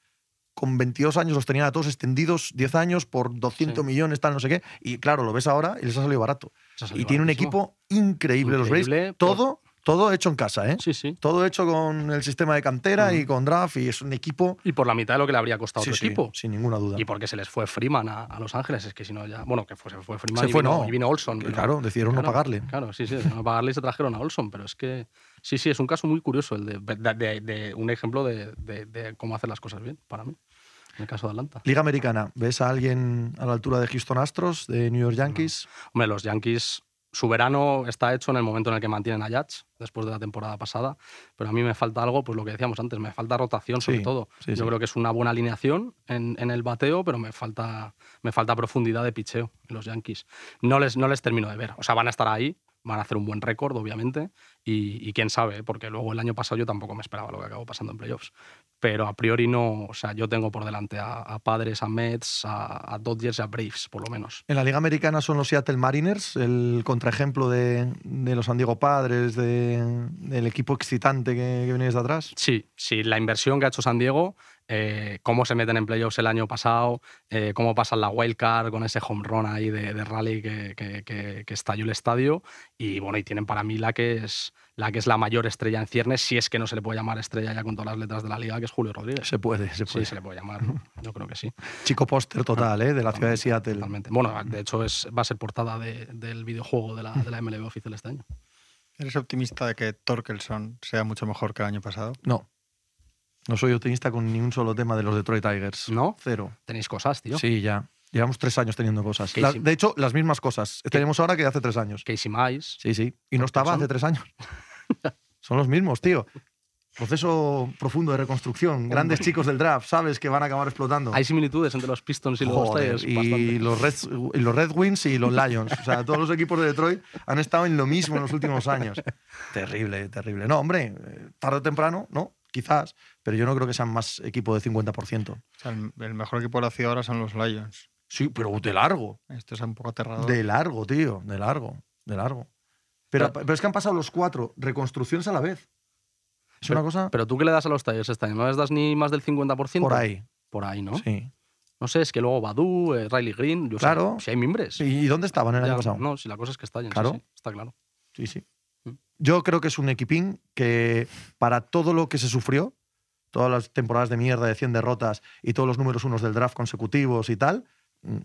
[SPEAKER 2] con 22 años los tenían a todos extendidos 10 años por 200
[SPEAKER 3] Sí.
[SPEAKER 2] millones, tal, no sé qué. Y claro, lo ves ahora y les ha salido barato.
[SPEAKER 3] Se ha salido
[SPEAKER 2] Y tiene un
[SPEAKER 3] baratísimo.
[SPEAKER 2] equipo increíble, los Braves.
[SPEAKER 3] Increíble, por-
[SPEAKER 2] Todo, todo hecho en casa, ¿eh?
[SPEAKER 3] Sí, sí.
[SPEAKER 2] Todo hecho con el sistema de cantera y con draft. Y es un equipo.
[SPEAKER 3] Y por la mitad de lo que le habría costado
[SPEAKER 2] Sí,
[SPEAKER 3] otro
[SPEAKER 2] sí,
[SPEAKER 3] equipo.
[SPEAKER 2] Sin ninguna duda.
[SPEAKER 3] Y porque se les fue Freeman a, a Los Ángeles, es que si no ya. Bueno, que fue, se fue Freeman
[SPEAKER 2] Se
[SPEAKER 3] y,
[SPEAKER 2] fue,
[SPEAKER 3] vino,
[SPEAKER 2] no.
[SPEAKER 3] y vino Olson.
[SPEAKER 2] Que,
[SPEAKER 3] pero-
[SPEAKER 2] claro, decidieron no
[SPEAKER 3] claro,
[SPEAKER 2] pagarle.
[SPEAKER 3] Claro, sí, sí, de no pagarle y se trajeron a Olson, pero es que. Sí, sí, es un caso muy curioso, el de, de- de- de un ejemplo de, de- de cómo hacer las cosas bien, para mí, en el caso de Atlanta.
[SPEAKER 2] Liga Americana, ¿ves a alguien a la altura de Houston Astros, de New York Yankees?
[SPEAKER 3] Hombre, los Yankees, su verano está hecho en el momento en el que mantienen a Yates, después de la temporada pasada, pero a mí me falta algo, pues lo que decíamos antes, me falta rotación sobre
[SPEAKER 2] Sí,
[SPEAKER 3] todo.
[SPEAKER 2] sí,
[SPEAKER 3] Yo
[SPEAKER 2] sí.
[SPEAKER 3] creo que es una buena alineación en, en el bateo, pero me falta, me falta profundidad de picheo en los Yankees. No les, no les termino de ver, o sea, van a estar ahí. Van a hacer un buen récord, obviamente, y, y quién sabe, ¿eh? porque luego el año pasado yo tampoco me esperaba lo que acabó pasando en playoffs. Pero a priori no, o sea, yo tengo por delante a, a Padres, a Mets, a, a Dodgers y a Braves, por lo menos.
[SPEAKER 2] En la Liga Americana son los Seattle Mariners, el contraejemplo de, de los San Diego Padres, de- del equipo excitante que, que viene desde atrás.
[SPEAKER 3] Sí, sí, la inversión que ha hecho San Diego, eh, cómo se meten en playoffs el año pasado, eh, cómo pasan la wildcard con ese home run ahí de, de rally que, que- que- que estalló el estadio. Y bueno, y tienen para mí la que es la que es la mayor estrella en ciernes, si es que no se le puede llamar estrella ya con todas las letras de la liga, que es Julio Rodríguez.
[SPEAKER 2] Se puede, se
[SPEAKER 3] Sí,
[SPEAKER 2] puede.
[SPEAKER 3] se le puede llamar, ¿no? Yo creo que sí.
[SPEAKER 2] Chico póster total, ¿eh? de la ciudad de Seattle.
[SPEAKER 3] Totalmente. Bueno, de hecho es, va a ser portada de- del videojuego de la, de la MLB oficial este año.
[SPEAKER 4] ¿Eres optimista de que Torkelson sea mucho mejor que el año pasado?
[SPEAKER 2] No. No soy optimista con ni un solo tema de los Detroit Tigers.
[SPEAKER 3] ¿No?
[SPEAKER 2] Cero.
[SPEAKER 3] Tenéis cosas, tío.
[SPEAKER 2] Sí, ya. Llevamos tres años teniendo cosas.
[SPEAKER 3] Que
[SPEAKER 2] La-
[SPEAKER 3] sí.
[SPEAKER 2] de hecho, las mismas cosas. Tenemos ahora que hace tres años.
[SPEAKER 3] Casey Mize.
[SPEAKER 2] Sí, sí. Y no estaba
[SPEAKER 3] son-
[SPEAKER 2] hace tres años. Son los mismos, tío. Proceso profundo de reconstrucción. Grandes chicos del draft, sabes que van a acabar explotando.
[SPEAKER 3] Hay similitudes entre los Pistons y los
[SPEAKER 2] Joder,
[SPEAKER 3] Tigers.
[SPEAKER 2] y,
[SPEAKER 3] bastante.
[SPEAKER 2] los Reds- y los Red Wings y los Lions. O sea, todos los equipos de Detroit han estado en lo mismo en los últimos años. Terrible, terrible. No, hombre, eh, tarde o temprano, no, quizás, pero yo no creo que sean más equipo de 50%.
[SPEAKER 4] O sea, el, el mejor equipo de la ciudad ahora son los Lions.
[SPEAKER 2] Sí, pero de largo.
[SPEAKER 4] Esto es un poco aterrador.
[SPEAKER 2] De largo, tío, de largo, de largo. Pero, pero es que han pasado los cuatro reconstrucciones a la vez. Es una cosa
[SPEAKER 3] Pero tú qué le das a los Tigers este año? ¿No les das ni más del 50%?
[SPEAKER 2] por ahí.
[SPEAKER 3] Por ahí, ¿no?
[SPEAKER 2] Sí.
[SPEAKER 3] No sé, es que luego Badu, eh, Riley Green, yo sé,
[SPEAKER 2] Claro.
[SPEAKER 3] si hay mimbres.
[SPEAKER 2] ¿Y dónde estaban el
[SPEAKER 3] Ya,
[SPEAKER 2] año pasado?
[SPEAKER 3] no, si la cosa es que estallen, sí,
[SPEAKER 2] Claro.
[SPEAKER 3] sí, está claro.
[SPEAKER 2] Sí, sí.
[SPEAKER 3] Mm.
[SPEAKER 2] Yo creo que es un equipín que para todo lo que se sufrió, todas las temporadas de mierda de 100 derrotas y todos los números unos del draft consecutivos y tal, mm,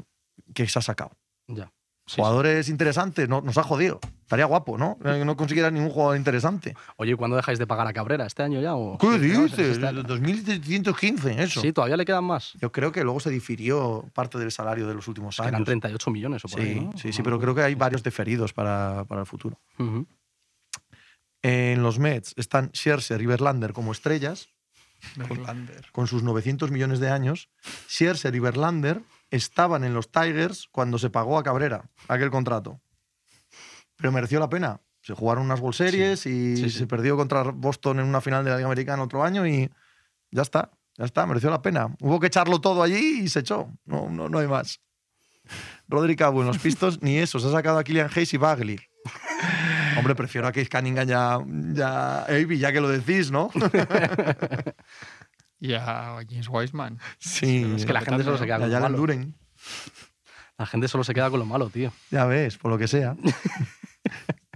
[SPEAKER 2] que se ha sacado.
[SPEAKER 3] Ya. Sí, sí.
[SPEAKER 2] Jugadores interesantes, no- nos ha jodido. Estaría guapo, ¿no? Que no consiguiera ningún jugador interesante.
[SPEAKER 3] Oye, ¿cuándo dejáis de pagar a Cabrera? ¿Este año ya? O...
[SPEAKER 2] ¿Qué
[SPEAKER 3] Sí, ¿no? Es
[SPEAKER 2] dices?
[SPEAKER 3] este año.
[SPEAKER 2] 2.715, eso.
[SPEAKER 3] Sí, todavía le quedan más.
[SPEAKER 2] Yo creo que luego se difirió parte del salario de los últimos
[SPEAKER 3] Que Eran
[SPEAKER 2] años.
[SPEAKER 3] 38 millones o por ahí,
[SPEAKER 2] Sí,
[SPEAKER 3] ¿no?
[SPEAKER 2] sí, sí, pero creo que hay varios deferidos para, para el futuro.
[SPEAKER 3] Ujú.
[SPEAKER 2] En los Mets están Scherzer y Verlander como estrellas,
[SPEAKER 4] Verlander.
[SPEAKER 2] con sus 900 millones de años. Scherzer y Verlander estaban en los Tigers cuando se pagó a Cabrera aquel contrato. Pero mereció la pena. Se jugaron unas World Series y
[SPEAKER 3] sí, sí.
[SPEAKER 2] se perdió contra Boston en una final de la Liga Americana otro año y ya está, ya está, mereció la pena. Hubo que echarlo todo allí y se echó. No, no, no hay más. Rodri Cabo en los pistos, ni eso. Se ha sacado a Killian Hayes y Bagley. Hombre, prefiero a Case Cunningham ya, ya, Amy, ya que lo decís, ¿no?
[SPEAKER 4] Y a James Wiseman.
[SPEAKER 2] Sí,
[SPEAKER 3] Es que la gente solo se queda
[SPEAKER 2] Ya,
[SPEAKER 3] con
[SPEAKER 2] ya
[SPEAKER 3] lo
[SPEAKER 2] la
[SPEAKER 3] malo.
[SPEAKER 2] enduren.
[SPEAKER 3] La gente solo se queda con lo malo, tío.
[SPEAKER 2] Ya ves, por lo que sea.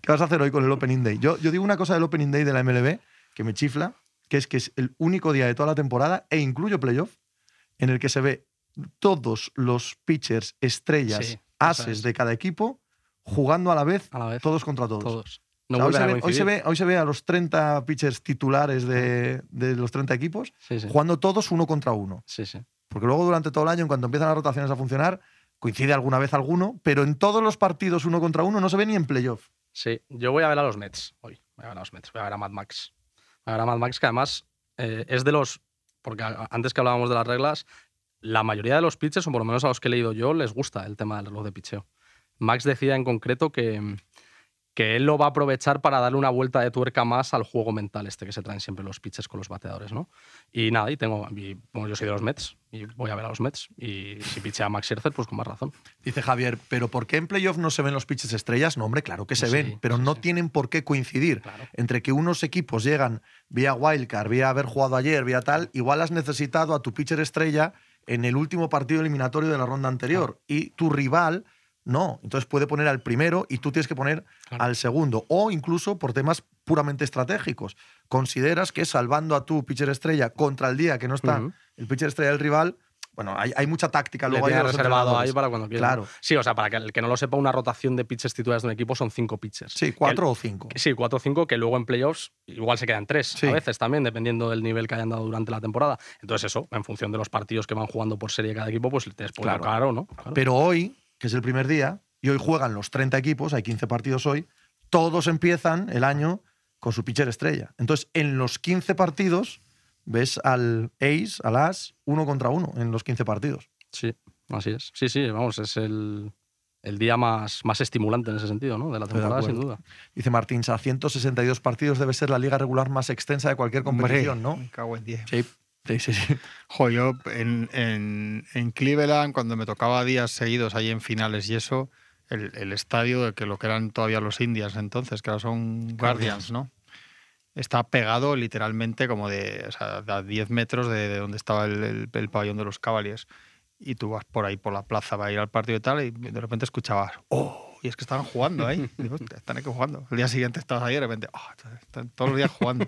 [SPEAKER 2] ¿Qué vas a hacer hoy con el Opening Day? Yo, yo digo una cosa del Opening Day de la MLB que me chifla, que es que es el único día de toda la temporada, e incluyo playoff, en el que se ve todos los pitchers, estrellas,
[SPEAKER 3] Sí, eso
[SPEAKER 2] ases
[SPEAKER 3] es.
[SPEAKER 2] de cada equipo jugando a la vez,
[SPEAKER 3] A la vez.
[SPEAKER 2] todos contra todos.
[SPEAKER 3] Todos.
[SPEAKER 2] O
[SPEAKER 3] No
[SPEAKER 2] sea, hoy,
[SPEAKER 3] vuelven
[SPEAKER 2] se
[SPEAKER 3] a
[SPEAKER 2] ve, hoy se
[SPEAKER 3] coincidir.
[SPEAKER 2] ve- hoy se ve a los 30 pitchers titulares de, de los 30 equipos
[SPEAKER 3] Sí, sí.
[SPEAKER 2] jugando todos uno contra uno.
[SPEAKER 3] Sí, sí.
[SPEAKER 2] Porque luego durante todo el año, en cuanto empiezan las rotaciones a funcionar, coincide alguna vez alguno, pero en todos los partidos uno contra uno no se ve ni en playoff.
[SPEAKER 3] Sí, yo voy a ver a los Mets hoy. Voy a ver a los Mets, voy a ver a Mad Max. Voy a ver a Mad Max, que además eh, es de los. Porque a- antes que hablábamos de las reglas, la mayoría de los pitches, o por lo menos a los que he leído yo, les gusta el tema del reloj de picheo. Max decía en concreto que, que él lo va a aprovechar para darle una vuelta de tuerca más al juego mental este que se traen siempre los pitches con los bateadores, ¿no? Y nada, y tengo. y, bueno, yo soy de los Mets y voy a ver a los Mets. Y si pichea Max Scherzer, pues con más razón.
[SPEAKER 2] Dice Javier, ¿pero por qué en playoff no se ven los pitches estrellas? No, hombre, claro que se
[SPEAKER 3] Sí,
[SPEAKER 2] ven, pero
[SPEAKER 3] sí,
[SPEAKER 2] no
[SPEAKER 3] sí.
[SPEAKER 2] tienen por qué coincidir.
[SPEAKER 3] Claro.
[SPEAKER 2] Entre que unos equipos llegan vía wildcard, vía haber jugado ayer, vía tal, igual has necesitado a tu pitcher estrella en el último partido eliminatorio de la ronda anterior y tu rival no. Entonces puede poner al primero y tú tienes que poner
[SPEAKER 3] Claro.
[SPEAKER 2] al segundo. O incluso por temas puramente estratégicos. Consideras que salvando a tu pitcher estrella contra el día que no está
[SPEAKER 3] Ujú.
[SPEAKER 2] el pitcher estrella del rival, bueno, hay, hay mucha táctica
[SPEAKER 3] Le
[SPEAKER 2] luego ahí
[SPEAKER 3] tiene
[SPEAKER 2] a los
[SPEAKER 3] reservado
[SPEAKER 2] entrenadores.
[SPEAKER 3] ahí para cuando quiera.
[SPEAKER 2] Claro.
[SPEAKER 3] Sí, o sea, para que el que no lo sepa, una rotación de pitchers titulares de un equipo son cinco pitchers.
[SPEAKER 2] Sí, cuatro o cinco.
[SPEAKER 3] Que- Sí, cuatro o cinco, que luego en playoffs igual se quedan tres
[SPEAKER 2] Sí.
[SPEAKER 3] a veces también, dependiendo del nivel que hayan dado durante la temporada. Entonces, eso, en función de los partidos que van jugando por serie cada equipo, pues te puede
[SPEAKER 2] Claro.
[SPEAKER 3] tocar o no. Claro.
[SPEAKER 2] Pero hoy, que es el primer día, y hoy juegan los 30 equipos, hay 15 partidos hoy, todos empiezan el año con su pitcher estrella. Entonces, en los 15 partidos, ves al ace, al as, uno contra uno, en los 15 partidos.
[SPEAKER 3] Sí, así es. Sí, sí, vamos, es el, el día más, más estimulante en ese sentido, ¿no? De la
[SPEAKER 2] Estoy de
[SPEAKER 3] temporada, sin
[SPEAKER 2] acuerdo.
[SPEAKER 3] duda.
[SPEAKER 2] Dice Martín, a 162 partidos debe ser la liga regular más extensa de cualquier competición,
[SPEAKER 4] Me cago en 10.
[SPEAKER 2] ¿no? Sí, sí, sí. sí.
[SPEAKER 4] Jo, yo en, en- en Cleveland, cuando me tocaba días seguidos ahí en finales y eso, el, el estadio de que lo que eran todavía los Indians entonces, que ahora son Guardians, ¿no? Está pegado literalmente como de o sea, a 10 metros de, de donde estaba el, el- el pabellón de los Cavaliers. Y tú vas por ahí, por la plaza, para ir al partido y tal, y de repente escuchabas, ¡oh! Y es que estaban jugando ahí. Y digo, "Hostia, están aquí jugando. El día siguiente estabas ahí y de repente, "Ah, están todos los días jugando.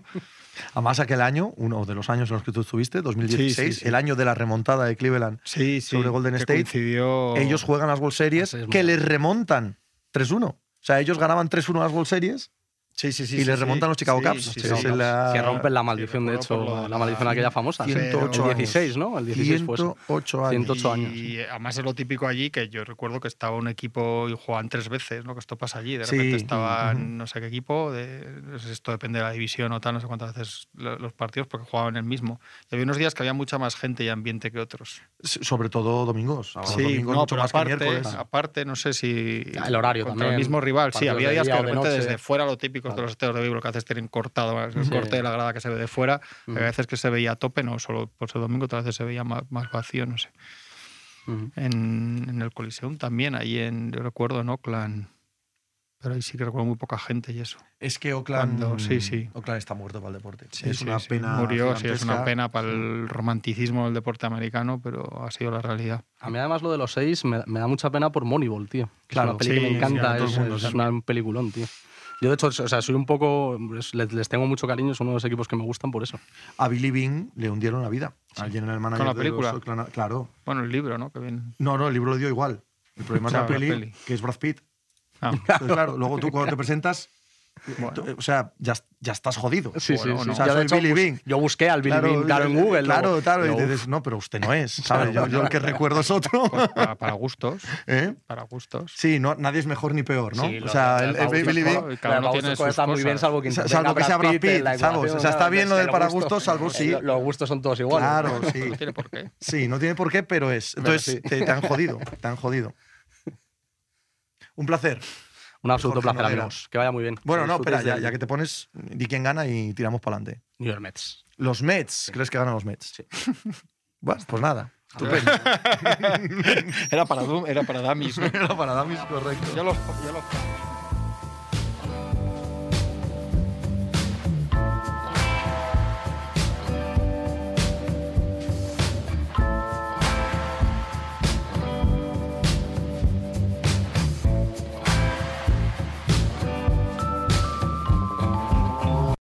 [SPEAKER 2] Además, aquel año, uno de los años en los que tú estuviste, 2016,
[SPEAKER 4] sí.
[SPEAKER 2] el año de la remontada de Cleveland,
[SPEAKER 4] Sí, sí.
[SPEAKER 2] Sobre Golden
[SPEAKER 4] que
[SPEAKER 2] State,
[SPEAKER 4] coincidió-
[SPEAKER 2] ellos juegan las World Series
[SPEAKER 3] Así es,
[SPEAKER 2] que
[SPEAKER 3] muy
[SPEAKER 2] les remontan 3-1. O sea, ellos ganaban 3-1 las World Series
[SPEAKER 4] Sí, sí, sí.
[SPEAKER 2] y
[SPEAKER 4] sí,
[SPEAKER 2] les
[SPEAKER 4] sí.
[SPEAKER 2] remontan los Chicago
[SPEAKER 4] Sí,
[SPEAKER 2] Cubs.
[SPEAKER 4] sí,
[SPEAKER 2] que
[SPEAKER 4] sí,
[SPEAKER 2] es
[SPEAKER 4] sí.
[SPEAKER 2] el, ah,
[SPEAKER 3] que rompen la
[SPEAKER 4] sí,
[SPEAKER 3] maldición, de
[SPEAKER 4] recuerdo por lo
[SPEAKER 3] hecho,
[SPEAKER 4] de
[SPEAKER 3] la
[SPEAKER 4] la
[SPEAKER 3] maldición aquella famosa. sí.
[SPEAKER 2] 108
[SPEAKER 3] el 16, ¿no? El 16 fue eso.
[SPEAKER 2] 108 años.
[SPEAKER 3] 108 años.
[SPEAKER 4] Y además es lo típico allí que yo recuerdo que estaba un equipo y jugaban tres veces, ¿no? Que esto pasa allí. De
[SPEAKER 2] Sí,
[SPEAKER 4] repente estaban
[SPEAKER 2] ujú.
[SPEAKER 4] no sé qué equipo, de, no sé si esto depende de la división o tal, no sé cuántas veces lo- los partidos porque jugaban el mismo. Y había unos días que había mucha más gente y ambiente que otros.
[SPEAKER 2] S- Sobre todo domingos. Ahora los domingos
[SPEAKER 4] Ah, no,
[SPEAKER 2] mucho
[SPEAKER 4] pero
[SPEAKER 2] más
[SPEAKER 4] aparte, ah,
[SPEAKER 2] que miércoles.
[SPEAKER 4] aparte, no sé si.
[SPEAKER 3] Ah, el horario
[SPEAKER 4] contra
[SPEAKER 3] también.
[SPEAKER 4] el mismo rival. Sí,
[SPEAKER 3] Partidos
[SPEAKER 4] había
[SPEAKER 3] de
[SPEAKER 4] días
[SPEAKER 3] día
[SPEAKER 4] que
[SPEAKER 3] o
[SPEAKER 4] de
[SPEAKER 3] de
[SPEAKER 4] repente
[SPEAKER 3] noche.
[SPEAKER 4] desde fuera, lo típico de
[SPEAKER 3] Claro.
[SPEAKER 4] los esteos de béisbol que haces tienen cortado, el
[SPEAKER 3] Sí.
[SPEAKER 4] corte de la grada que se ve de fuera.
[SPEAKER 3] Mm.
[SPEAKER 4] Hay veces que se veía a tope, no solo por ser domingo, otras veces se veía más, más vacío, no sé.
[SPEAKER 3] Ujú.
[SPEAKER 4] En, en el Coliseum también, ahí en, yo recuerdo en Oakland, Pero ahí sí que recuerdo muy poca gente y eso.
[SPEAKER 2] Es que Oakland,
[SPEAKER 4] Cuando- sí, sí.
[SPEAKER 2] Oakland está muerto para el deporte.
[SPEAKER 4] Sí,
[SPEAKER 2] es
[SPEAKER 4] sí,
[SPEAKER 2] una
[SPEAKER 4] sí.
[SPEAKER 2] pena.
[SPEAKER 4] Murió, sí, es una
[SPEAKER 2] gigantesca.
[SPEAKER 4] pena para el romanticismo del deporte americano, pero ha sido la realidad.
[SPEAKER 3] A mí además lo de los seis me, me da mucha pena por Moneyball, tío. que
[SPEAKER 2] Claro,
[SPEAKER 3] es una peli que
[SPEAKER 4] sí,
[SPEAKER 3] me
[SPEAKER 4] sí, a
[SPEAKER 3] encanta,
[SPEAKER 4] todo el
[SPEAKER 3] es,
[SPEAKER 4] mundo,
[SPEAKER 3] es
[SPEAKER 4] sí.
[SPEAKER 3] un peliculón, tío. Yo de hecho, o sea, soy un poco, les, les tengo mucho cariño, es uno de los equipos que me gustan por eso.
[SPEAKER 2] A Billy Bean le hundieron la vida. Al general manager
[SPEAKER 4] la
[SPEAKER 2] de los
[SPEAKER 4] película.
[SPEAKER 2] Oakland- claro.
[SPEAKER 4] Bueno, el libro, ¿no? Que bien.
[SPEAKER 2] No, no, el libro lo dio igual. El problema es
[SPEAKER 4] O sea,
[SPEAKER 2] la
[SPEAKER 4] la
[SPEAKER 2] peli,
[SPEAKER 4] peli.
[SPEAKER 2] que es Brad Pitt.
[SPEAKER 4] Ah,
[SPEAKER 2] Entonces, claro, luego tú cuando te presentas, tú- o sea, ya, ya estás jodido.
[SPEAKER 3] Sí, sí,
[SPEAKER 4] Bueno,
[SPEAKER 3] sí.
[SPEAKER 4] no.
[SPEAKER 2] O sea,
[SPEAKER 3] Ya, de
[SPEAKER 2] soy
[SPEAKER 3] hecho,
[SPEAKER 2] Billy
[SPEAKER 3] bus-
[SPEAKER 4] pues,
[SPEAKER 2] Bean.
[SPEAKER 3] Yo busqué al Billy Bean claro, en Google.
[SPEAKER 2] Claro,
[SPEAKER 3] luego-
[SPEAKER 2] claro.
[SPEAKER 3] digo,
[SPEAKER 2] y dices, no, pero usted no es, ¿sabes? Yo, yo el que recuerdo es otro.
[SPEAKER 4] para, pues, para gustos.
[SPEAKER 2] ¿Eh?
[SPEAKER 4] Para gustos.
[SPEAKER 2] Sí, no, nadie es mejor ni peor, ¿no?
[SPEAKER 3] Sí,
[SPEAKER 2] o
[SPEAKER 3] lo
[SPEAKER 2] sea,
[SPEAKER 3] de-
[SPEAKER 2] el,
[SPEAKER 3] lo de
[SPEAKER 2] el Billy
[SPEAKER 4] Bautista,
[SPEAKER 2] Bean,
[SPEAKER 4] y cada
[SPEAKER 3] lo de
[SPEAKER 4] uno tiene
[SPEAKER 3] Bautista
[SPEAKER 4] sus
[SPEAKER 3] está muy bien,
[SPEAKER 4] cosas.
[SPEAKER 3] salvo que,
[SPEAKER 2] Sa-
[SPEAKER 3] intervenga
[SPEAKER 2] salvo que sea Brad
[SPEAKER 3] en
[SPEAKER 2] Pitt,
[SPEAKER 3] la
[SPEAKER 2] salvo,
[SPEAKER 3] ecuación,
[SPEAKER 2] o sea, está
[SPEAKER 3] ¿sabes?
[SPEAKER 2] bien lo
[SPEAKER 3] Es
[SPEAKER 2] del Eh,
[SPEAKER 3] que
[SPEAKER 2] para
[SPEAKER 3] gusto-
[SPEAKER 2] gustos, salvo sí.
[SPEAKER 3] lo- Los gustos son todos iguales.
[SPEAKER 2] Claro, sí.
[SPEAKER 4] pues No tiene por qué.
[SPEAKER 2] Sí, no tiene por qué, pero es.
[SPEAKER 3] Pero
[SPEAKER 2] Entonces, eh,
[SPEAKER 3] sí.
[SPEAKER 2] te, te han jodido, te han jodido. Un placer.
[SPEAKER 3] Un absoluto
[SPEAKER 2] Jorge
[SPEAKER 3] placer,
[SPEAKER 2] Noguera.
[SPEAKER 3] amigos. Que vaya muy bien.
[SPEAKER 2] Bueno, no, espera, ya,
[SPEAKER 3] disfrutéis
[SPEAKER 2] ya
[SPEAKER 3] del
[SPEAKER 2] que te pones, di quién gana y tiramos para adelante.
[SPEAKER 3] New York Mets.
[SPEAKER 2] Los Mets, ¿crees que ganan los Mets?
[SPEAKER 3] Sí.
[SPEAKER 2] Bueno, pues nada.
[SPEAKER 4] Era para, Doom, era para Damis. ¿no?
[SPEAKER 2] Era para Damis, correcto.
[SPEAKER 4] Ya los- ya los-